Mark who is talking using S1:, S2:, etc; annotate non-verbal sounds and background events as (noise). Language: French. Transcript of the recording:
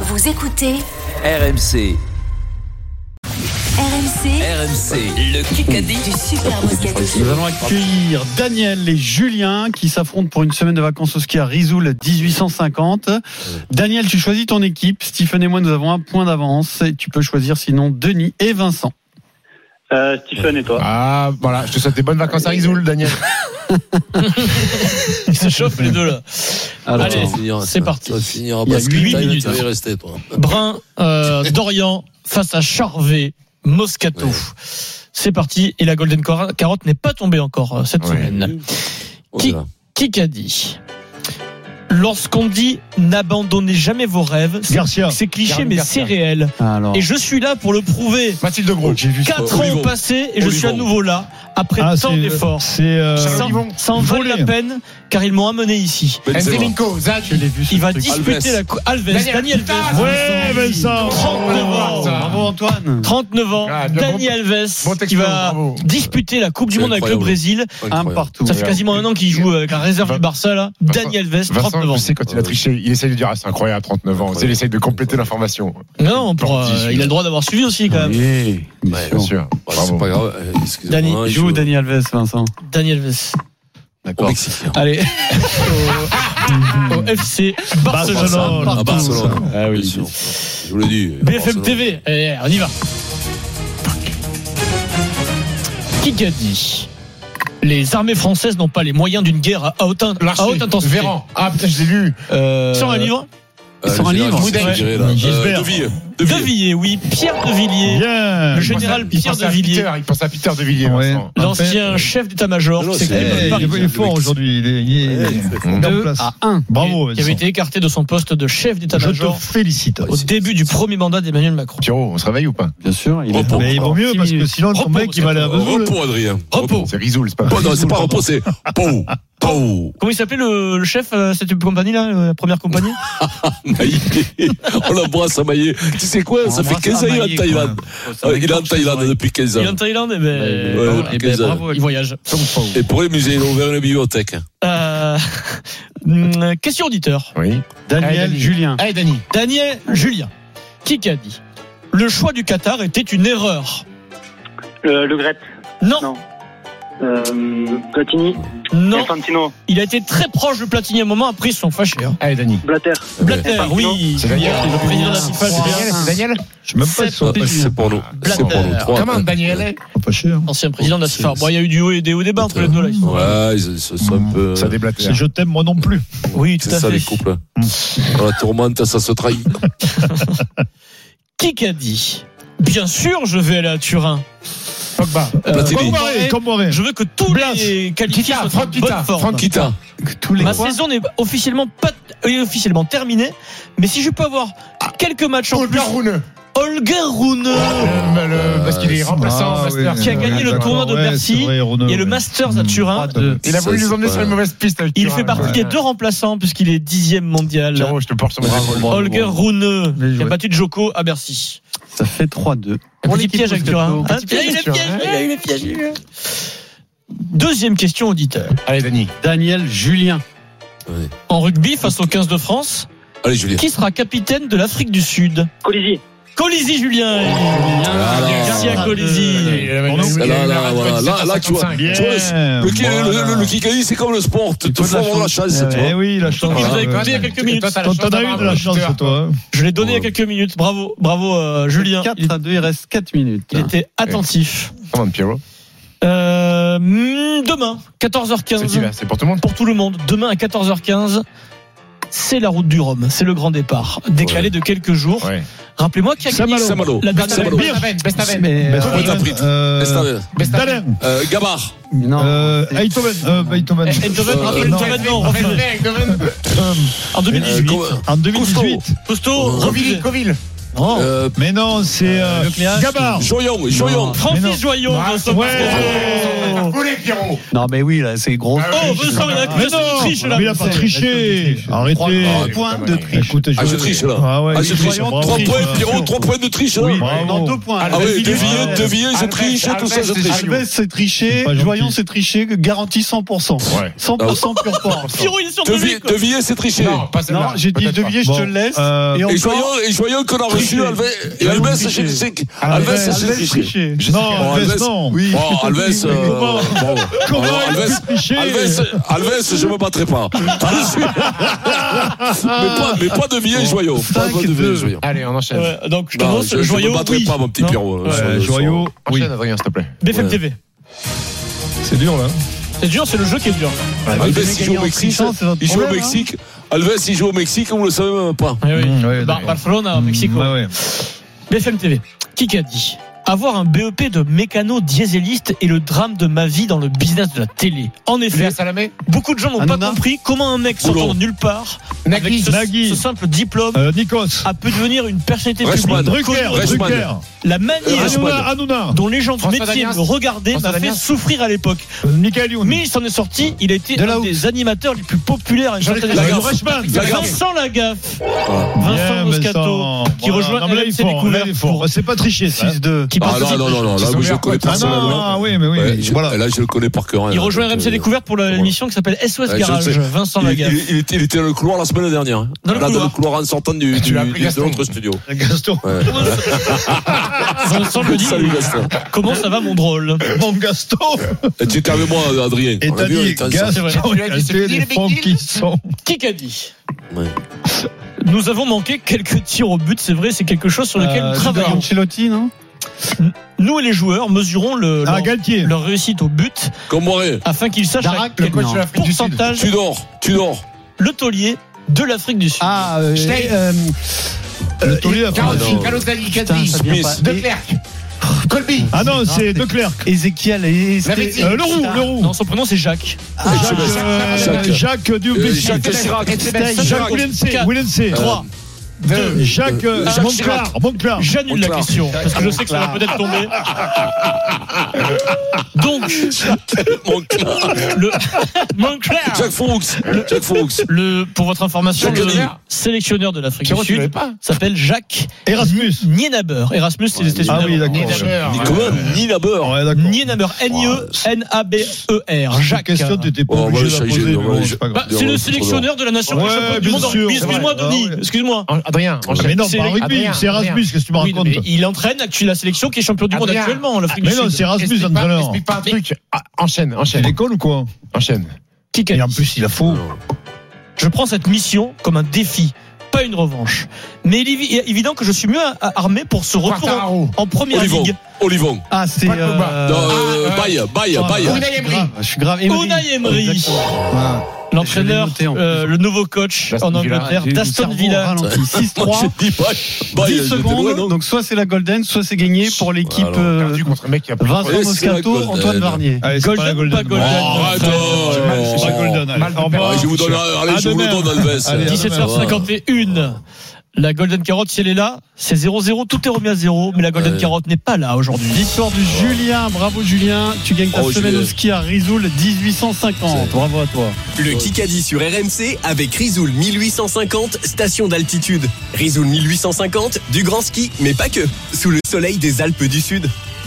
S1: Vous écoutez
S2: RMC,
S1: RMC
S2: RMC, le Kikadi.
S1: du Super Moscato
S3: Nous allons accueillir Daniel et Julien qui s'affrontent pour une semaine de vacances au ski à Risoul 1850. Daniel, tu choisis ton équipe. Stephen et moi, nous avons un point d'avance. Et Tu peux choisir sinon Denis et Vincent.
S4: Euh, Stephen et toi
S5: Ah, voilà, je te souhaite des bonnes vacances à Rizoul, Daniel.
S6: Ils se chauffent les deux là.
S7: Alors,
S6: Allez,
S7: tu vas finir-
S6: c'est parti.
S7: Tu vas finir en
S6: Il y a
S7: basket,
S6: huit
S7: là,
S6: minutes.
S7: Tu vas y rester, toi.
S6: Brun, euh, Dorian face à Charvet, Moscato.
S7: Ouais.
S6: C'est parti. Et la Golden Cora- Carotte n'est pas tombée encore euh, cette
S5: Ouais.
S6: semaine.
S7: On
S6: Qui,
S7: y va.
S6: qui qu'a dit Lorsqu'on dit n'abandonnez jamais vos rêves, c'est-
S5: Garcia.
S6: c'est cliché
S5: Garcia.
S6: mais c'est réel.
S8: Ah.
S3: Alors,
S6: Et je suis là pour le prouver.
S5: Mathilde Gros.
S3: j'ai vu ça.
S6: 4 ans ont passé et je suis à nouveau là après
S8: Ah,
S6: tant
S8: c'est-
S6: d'efforts.
S8: C'est euh,
S5: Charles
S6: Ça,
S5: Olivon.
S6: ça en vaut
S8: Voler.
S6: la peine car ils m'ont amené ici.
S5: Enzelinko, Zach.
S3: Je l'ai vu. ce
S6: Il va
S3: truc.
S6: disputer
S7: Alves.
S6: la coupe. Alves,
S5: Daniel,
S6: Daniel
S5: putain,
S6: Alves.
S8: ouais, Vincent.
S6: 39 ans.
S3: Bravo Antoine.
S6: 39 ans,
S5: Ah, de
S6: Daniel Alves,
S5: bon texte,
S6: qui va
S5: bravo.
S6: disputer la Coupe du
S7: C'est
S6: Monde avec le
S7: incroyable.
S6: Brésil.
S3: Un
S7: Incroyable.
S3: partout.
S6: Ça fait quasiment un an qu'il joue avec la réserve du Barça, là.
S5: Vincent-
S6: Daniel Alves,
S5: Vincent,
S6: 39 ans.
S5: je sais quand il a triché, il essaie de dire Ah, c'est incroyable, 39 ans. Il essaie de compléter l'information.
S6: Non, pour,
S5: Gentil,
S6: euh,
S5: celui-là.
S6: il a le droit d'avoir suivi aussi, quand même.
S3: Oui, bien
S7: Ouais,
S3: sûr.
S5: Bien sûr.
S7: Ouais, C'est
S5: Bravo.
S7: pas grave. euh, excusez-moi,
S6: Dani,
S7: hein, il
S3: Il joue au Daniel Alves, Vincent.
S6: Daniel Alves.
S7: au
S3: D'accord.
S7: Mexique. hein.
S6: Allez. (laughs) Au- au FC Barcelone.
S8: Barcelone.
S7: À Barcelone.
S3: Ah
S7: Bien
S3: oui.
S7: sûr. Je vous l'ai dit.
S6: BFM
S7: Barcelone.
S6: TV. Allez, on y va. Qui a dit Les armées françaises n'ont pas les moyens d'une guerre à haute, in- à haute intensité.
S5: Véran. Ah, putain, je l'ai lu.
S6: Euh, Sur un livre
S7: Euh,
S3: Sur un
S7: le
S3: livre,
S7: général,
S6: Moudin.
S7: je dirais, là. Euh,
S6: Gisbert.
S7: De Villiers. De
S6: De
S7: Villiers.
S6: Villiers, oui. Pierre de Villiers.
S8: bien.
S6: Le général
S5: Il
S6: Pierre
S5: pensait
S6: de
S5: à
S6: Villiers,
S5: Peter, il pensait à Peter de Villiers,
S8: Ouais.
S5: Vincent.
S8: euh,
S6: l'ancien chef d'état-major,
S7: Non, non,
S6: qui s'est
S7: c'est-
S8: Eh,
S6: créé
S7: Eh,
S6: par-
S8: il est- il est fort
S7: Mec.
S8: aujourd'hui. Il est, il est- il est
S7: Ouais,
S8: bien en
S3: 2
S8: place.
S3: à 1.
S8: Bravo.
S6: qui avait
S8: Vincent.
S6: été écarté de son poste de chef
S8: Je te
S6: d'état-major
S8: félicite.
S6: au début du premier mandat d'Emmanuel Macron.
S5: Thiro, on se réveille ou pas
S3: Bien sûr. Il
S7: Repos.
S8: Mais il vaut mieux
S6: Six
S8: parce que
S6: minutes.
S8: sinon ton
S6: Repos,
S8: mec il va aller à
S7: Euh,
S8: Vesoul.
S7: Repos, Adrien. Repos.
S5: C'est Rizoul, c'est pas
S7: Pas- non, C'est pas repos, c'est Pou.
S6: (laughs)
S7: Pou.
S6: Comment il s'appelait le, le chef, euh, cette compagnie là, euh, la
S7: (laughs)
S6: première compagnie
S7: Maillé. On l'embrasse à Maillé. Tu sais quoi, ça fait 15 ans qu'il est en Thaïlande. Euh, Il est en Thaïlande depuis 15
S6: Il est en
S7: ans.
S6: Thaïlande, eh
S7: Ouais,
S6: ben,
S7: ouais,
S6: eh
S7: ouais,
S6: ben,
S7: quinze
S6: bravo, il voyage.
S7: Et pour les musées, il a ouvert une bibliothèque.
S6: Euh, (laughs) hum, question auditeur.
S5: Oui.
S3: Daniel,
S5: Allez,
S3: Julien.
S5: Allez, Dani.
S6: Daniel Julien, qui qui a dit Le choix du Qatar était une erreur.
S4: Euh, Le, le Gret.
S6: Non, non,
S4: Non. Euh, Platini. Infantino.
S6: il a été très proche de Platini à un moment, après ils se sont fâchés. hein.
S5: Allez, Dani.
S4: Blatter.
S6: Blatter,
S4: Infantino.
S6: oui,
S5: C'est Daniel.
S6: le président de la FIFA, c'est bien.
S5: Daniel, c'est Daniel
S8: Je sais même pas si
S6: Sept.
S8: sont
S6: Blatter.
S7: C'est pour nous. C'est pour nous. Trois.
S5: Ah, Comment, Daniel
S8: pas chers.
S6: ancien président de la
S7: C'est-
S6: FIFA. Bon, il y a eu du haut et des hauts débats entre les deux là. ils sont-
S7: Ouais, ils se sont un peu. euh,
S5: Ça déblate.
S8: C'est je t'aime moi non plus.
S6: Oui, tout
S7: C'est
S6: à
S7: ça,
S6: fait.
S7: les couples. Dans la tourmente, ça se trahit.
S6: Qui qu'a dit Bien sûr, je vais aller à Turin.
S5: Pogba.
S6: Euh,
S7: Platini.
S6: Comboiré,
S8: Comboré.
S6: Je veux que tous les qualifiés
S5: Kita,
S6: soient en
S5: Franck Kita,
S6: bonne forme.
S5: Franck
S7: Kita.
S3: Que tous les
S6: Ma
S3: trois.
S6: saison n'est officiellement pas est officiellement terminée, mais si je peux avoir quelques matchs en plus,
S5: Pogba Rouneux.
S6: Olga Rune
S5: Le- le- parce qu'il est remplaçant. master.
S6: Qui a gagné le tournoi de Bercy et le Masters à Turin.
S8: de
S5: Il a voulu
S7: Ça,
S5: nous
S7: c'est
S5: emmener
S7: pas-
S5: sur une mauvaise piste. avec
S6: Il
S5: Thuram.
S6: fait partie des deux remplaçants puisqu'il est dixième mondial.
S5: Thiro, je te porte sur mes épaules.
S7: Bravo.
S6: Holger
S8: Bien
S6: Rune qui a
S8: joué.
S6: battu Joko à Bercy.
S3: Ça fait 3-2.
S6: Un
S5: Pour
S6: petit
S5: l'équipe
S6: piège avec
S5: Moscato.
S6: Turin.
S5: Un
S6: Un
S7: hein.
S5: petit
S6: piège,
S5: piège
S6: il a
S5: avec Turin.
S6: piégé, il a piégé. Deuxième question auditeur.
S5: Allez, Dani.
S3: Daniel, Julien.
S7: Ouais.
S6: En rugby face au 15 de France,
S7: Allez, Julien.
S6: qui sera capitaine de l'Afrique du Sud
S4: Colisi.
S6: Colisi Julien.
S5: Oh,
S7: Voilà.
S5: Ah,
S6: Garcia Colisi.
S7: Là, là, voilà. Là, là, tu vois.
S8: Bien.
S7: Tu vois, le, kick- le, le, le Kikadi, c'est comme le sport. Tu te fous avoir la chance,
S8: Eh
S7: toi.
S8: oui, la chance.
S6: Il vous a écouté il y a
S8: T'en
S6: quelques minutes.
S8: t'en as eu de la chance, toi. hein.
S6: Je l'ai donné il y a quelques minutes. Bravo, bravo euh, Julien.
S3: 4
S6: Il,
S3: à 2, il reste 4 minutes.
S6: il était attentif.
S5: Comment, Pierrot
S6: Euh, hmm, demain,
S5: C'est qui, là
S6: 14h15.
S5: C'est pour tout le monde
S6: Pour tout le monde, demain à 14h15. C'est la route du Rhum, c'est le grand départ, décalé de quelques jours.
S5: Ouais.
S6: Rappelez-moi qui a gagné
S7: Samalo.
S8: Saint-Malo.
S6: la dernière
S7: Samalo.
S6: Beer.
S3: Mais, euh,
S7: Thomas Taprit.
S8: Euh,
S7: Estavel.
S8: Dalen.
S7: Euh, Gabar.
S3: non,
S8: Euh,
S3: c'est-
S8: Eindhoven, euh, Eindhoven.
S6: Eindhoven,
S7: Euh,
S6: rappelle-
S8: non.
S6: Eindhoven, non, refuse.
S5: Eindhoven.
S6: En
S7: Euh,
S6: 2018,
S7: comment-
S8: En 2018,
S6: Costo,
S7: Costo.
S6: refusé.
S5: Coville.
S6: Non.
S7: Euh,
S8: Mais non, c'est euh, Gabard.
S7: Joyon, Joyon.
S8: Mais non.
S6: Francis Joyon,
S5: Ah,
S6: Vincent
S5: ouais.
S6: Pascal.
S5: Roulez, Pierrot.
S3: Non, mais oui, là, c'est
S7: Ah,
S3: gros.
S6: Oh, Vincent, il a
S8: Mais
S6: Vincent, il triche
S8: non,
S6: là.
S8: mais il a pas triché. Arrêtez.
S7: Ah,
S3: Trois points de triche.
S8: Écoutez,
S7: Ah, je triche là.
S8: Ah ouais,
S7: Ah,
S8: oui,
S7: je triche.
S8: bravo,
S7: 3 points,
S8: euh,
S7: Pierrot,
S8: sûr.
S7: 3 points de triche là.
S3: Oui,
S8: Bravo.
S3: non, deux poins.
S7: Ah oui,
S3: Alves,
S7: deviez,
S3: euh,
S7: deviez, je
S5: Alves,
S7: triche, tout ça, je
S5: Alves,
S7: triche.
S3: Alves, c'est
S8: C'est
S3: triché.
S8: pas gentil.
S3: Joyon, c'est triché. Garanti 100%.
S5: Ouais.
S3: 100% pure
S8: Ah,
S3: port.
S6: Pierrot, il est sur de lui,
S7: Deviez,
S6: quoi.
S7: deviez, c'est triché.
S5: Non, pas
S3: Non,
S5: celle-là.
S3: j'ai dit
S5: Peut-être pas.
S3: devier, je te le laisse.
S8: Euh,
S3: et
S7: Et
S3: encore,
S7: joyeux, et joyeux qu'on a reçu
S3: Triché.
S7: Alves. Et
S3: Alves,
S7: Alves,
S3: triché.
S7: je sais que-
S8: Alves,
S7: Alves, c'est
S3: Alves,
S7: triché.
S3: triché.
S8: Non,
S7: Alves,
S8: Alves, non.
S3: Oui.
S7: Bon, Alves, euh,
S8: Comment
S7: bon.
S8: Comment
S7: Alors,
S8: il a
S7: Alves,
S8: pu tricher
S7: Alves, Alves, je me battrai pas. Alves- mais pas, mais pas de billets joyaux. Pas
S3: Cinq,
S7: de
S3: deux.
S7: billets joyaux.
S5: Allez, on enchaîne.
S6: Ouais, Donc, je
S7: Non,
S6: commence,
S7: je, je me
S6: Joyon,
S7: battrai
S6: oui.
S7: pas, mon petit
S6: Non.
S7: Pierrot. euh, sur
S8: Euh,
S7: le-
S8: Joyau,
S5: Enchaîne,
S8: oui.
S5: Adrien, s'il te plaît.
S6: BFM
S7: Ouais.
S6: TV.
S8: C'est dur là. Mm,
S6: C'est dur, c'est le jeu qui est dur.
S7: sur- Alves,
S3: avez
S7: il joue
S3: gagné
S7: au
S3: en
S7: Mexique.
S3: trichant, c'est votre
S7: Il joue au
S3: problème, hein.
S7: Mexique. Alves, il joue au Mexique, vous le savez même pas.
S6: Eh oui.
S8: Mmh, ouais,
S6: Bar-
S8: d'accord.
S6: Barcelona, Mexico.
S8: Ah ouais.
S6: BFM TV. Qui qui a dit Avoir un BEP de mécano dieseliste est le drame de ma vie dans le business de la télé. En effet,
S5: Léa Salamé
S6: beaucoup de gens n'ont pas
S3: Hanouna
S6: compris comment un mec sortant
S7: Boulot.
S6: de nulle part, avec
S5: Nagui
S6: ce,
S8: Nagui.
S6: ce simple diplôme,
S8: Euh, Nikos.
S3: Ah,
S6: a pu devenir une personnalité
S7: Reichmann.
S6: publique.
S8: Drucker.
S6: connue.
S7: Reichmann.
S8: Drucker.
S6: La manière
S7: Reichmann.
S8: Hanouna. Hanouna.
S6: dont les gens de
S5: François
S6: métier
S5: Damiens.
S6: me regardaient
S5: François
S6: m'a fait
S5: Damiens.
S6: souffrir à l'époque.
S8: Michael Youn.
S6: Mais il s'en est sorti, il a été
S3: De la
S6: un
S3: haute.
S6: des animateurs les plus populaires à une
S5: Jean-Luc
S6: certaine
S7: Lagaffe.
S6: époque.
S8: Reichmann.
S7: Lagaffe.
S6: Vincent Lagaffe,
S7: Voilà.
S6: Vincent Moscato, qui rejoint
S8: Non, mais là, il
S6: RMC
S8: est fort, là, il est
S6: Découverte
S8: fort.
S6: pour-
S8: C'est pas triché, ça.
S3: 6-2.
S6: qui
S7: Ah
S6: participe-
S7: non, non, non, non, là,
S5: Ils
S7: moi, je le
S5: sont
S7: connais
S5: meilleurs, quoi.
S8: Ah non,
S7: personnellement.
S8: ah oui, mais oui.
S7: Ouais,
S8: mais
S7: je-
S8: voilà.
S7: Là, je le connais par cœur. hein,
S6: Il
S7: donc,
S6: rejoint RMC
S7: euh,
S6: Découverte pour la- l'émission qui s'appelle SOS
S7: Ouais, Ah, je
S6: Garage,
S7: sais.
S6: Vincent
S7: Il, (laughs)
S6: Lagaffe.
S7: il- il était, il était dans le couloir la semaine dernière. hein.
S6: Dans le
S7: Là, dans
S6: couloir.
S7: le couloir en sortant
S8: Ah,
S7: du,
S5: Tu
S7: du,
S5: l'as appelé
S7: du- de
S5: Gaston.
S7: notre studio.
S8: Gaston.
S7: Ouais.
S6: Vincent me dit
S7: Salut Gaston.
S6: comment ça va mon drôle
S8: Bon, Gaston.
S7: Et tu étais avec moi, Adrien.
S8: Et
S7: On a
S8: t'as
S7: vu, on
S8: dit,
S7: était ensemble.
S8: Gaston, il y a des formes qui sont.
S6: Qui qu'a dit
S7: Ouais.
S6: Nous avons manqué quelques tirs au but, c'est vrai, c'est quelque chose sur lequel
S3: Euh,
S6: nous
S3: Zidane,
S6: travaillons.
S3: Ancelotti, non
S6: Euh, Nous et les joueurs mesurons le,
S8: Ah,
S6: leur,
S8: Galtier.
S6: leur réussite au but
S7: Comme Moiré.
S6: afin qu'ils sachent à
S3: Darak,
S6: quel
S3: le coach de
S5: l'Afrique du Sud.
S6: pourcentage
S7: Tu dors, tu dors.
S6: le taulier de l'Afrique du Sud.
S3: Ah, euh,
S5: Stein.
S3: euh,
S6: Euh,
S8: Le Tolier a fait-
S7: Carlos-
S5: Carotti, Calotani, Cadri,
S3: ça
S7: Smith.
S3: vient pas.
S5: De Clerc, Colby,
S8: Ah non,
S3: Non,
S8: c'est
S3: c'est-
S8: De Clercq.
S3: Ezekiel et Esté-
S5: Lametti.
S8: Euh, Leroux, Leroux.
S6: Non, son prénom c'est Jacques.
S3: Ah,
S8: Jacques, euh,
S7: Jacques.
S8: Jacques
S7: Euh,
S8: Duplessis.
S7: Jacques Chirac.
S8: Stein. Jacques Williamson.
S6: Quatre.
S8: Williamson.
S6: Trois.
S5: deux,
S8: Jacques euh,
S7: Jacques
S8: Monclar. Monclar.
S6: J'annule la
S7: Monclar.
S6: question parce que je sais que ça va peut-être tomber. Donc
S7: Mon clan.
S6: le Monclar
S7: Jack Fox. Jack Fox.
S6: (laughs) Le, pour votre information, le
S7: Sélectionneur.
S6: sélectionneur de l'Afrique du
S5: Pierrot, tu l'avais
S6: Sud
S5: pas
S6: s'appelle Jacques
S8: Erasmus.
S6: Nienaber. Erasmus, c'est les États-Unis.
S8: Ah oui,
S6: d'avant.
S8: d'accord. Ah
S5: Nienaber.
S7: Ni commun, ni labeur.
S8: Ouais, d'accord.
S6: Nienaber, N-I-E-N-A-B-E-R.
S8: Jacques.
S6: Jacques.
S8: question, t'étais pas
S7: Oh,
S8: obligé de
S7: bah, ça
S8: la
S7: y est,
S8: poser, mais
S7: non,
S8: bon,
S7: ouais,
S8: c'est pas grave.
S6: Bah, c'est le sélectionneur de la nation.
S8: Ouais,
S6: championne du
S8: bien
S6: monde en
S8: sûr,
S6: rugby.
S8: c'est vrai.
S6: Excuse-moi, Denis.
S8: Ah ouais.
S6: Excuse-moi.
S5: En- Adrien, enchaîne.
S6: Mais
S8: Mais non,
S6: c'est
S8: pas en rugby,
S5: Bah, Adrien,
S8: c'est Erasmus, qu'est-ce que tu me
S6: Oui, non,
S8: racontes
S6: mais il entraîne actuellement la sélection qui est champion du monde
S5: Adrien.
S6: actuellement en Afrique du
S8: Ah, Mais non, c'est
S6: Sud.
S8: Erasmus,
S5: Explique pas,
S8: l'entraîneur.
S5: explique pas un truc. Ah, enchaîne,
S8: C'est
S5: enchaîne,
S8: l'école ou quoi
S5: enchaîne.
S6: Qui qu'a
S8: Et en
S6: dit
S8: plus, il a faux.
S6: Je prends cette mission comme un défi, pas une revanche. Mais il est évi- évident que je suis mieux à- à- armé pour ce retour en-
S5: Quartararo.
S6: en première
S7: Olivon.
S6: ligue.
S7: Olivon.
S3: Ah, c'est.
S5: Pas Pogba.
S3: euh,
S7: Non, euh,
S5: ah,
S7: Baye, Baye,
S3: ah,
S7: Baye.
S5: Unai Emery.
S3: grave, Je suis grave.
S6: Unai Emery.
S3: Exactement.
S6: L'entraîneur,
S3: Je l'ai noté en plus.
S6: euh, le nouveau coach
S5: D'Aston
S6: en
S5: Villa.
S6: Angleterre,
S3: J'ai eu
S6: d'Aston
S3: le cerveau au
S6: Villa.
S3: ralenti.
S7: Moi,
S3: 6-3.
S7: j'ai dit Baye.
S8: bah,
S7: Baye,
S3: 10
S7: j'étais loin,
S3: secondes.
S7: non
S3: Donc, soit c'est la Golden, soit c'est gagné pour l'équipe
S7: Voilà.
S3: euh,
S5: Perdu contre un mec qui a pris
S3: Vincent
S7: Et c'est la
S3: Moscato,
S7: Golden.
S3: Antoine Varnier.
S8: Allez, c'est
S6: Golden
S8: pas la
S6: ou
S8: Golden.
S6: pas Golden
S7: Oh, arrête, oh.
S8: C'est pas Golden, allez.
S5: Mal de
S8: Au revoir.
S7: Ah, je vous donne, allez, je vous le
S8: demain.
S7: donne, Alves.
S8: Allez, à demain.
S6: 17h51. La Golden Carotte, si elle est là, c'est 0-0, tout est remis à zéro, mais la Golden
S7: Ouais.
S6: Carotte n'est pas là aujourd'hui.
S3: Victoire du Julien, bravo Julien, tu gagnes ta
S7: Bravo,
S3: semaine
S7: Oh, Julien.
S3: au ski à Risoul 1850. Bravo à toi.
S9: Le Kikadi sur RMC avec Risoul 1850, station d'altitude. Risoul 1850, du grand ski, mais pas que. Sous le soleil des Alpes du Sud.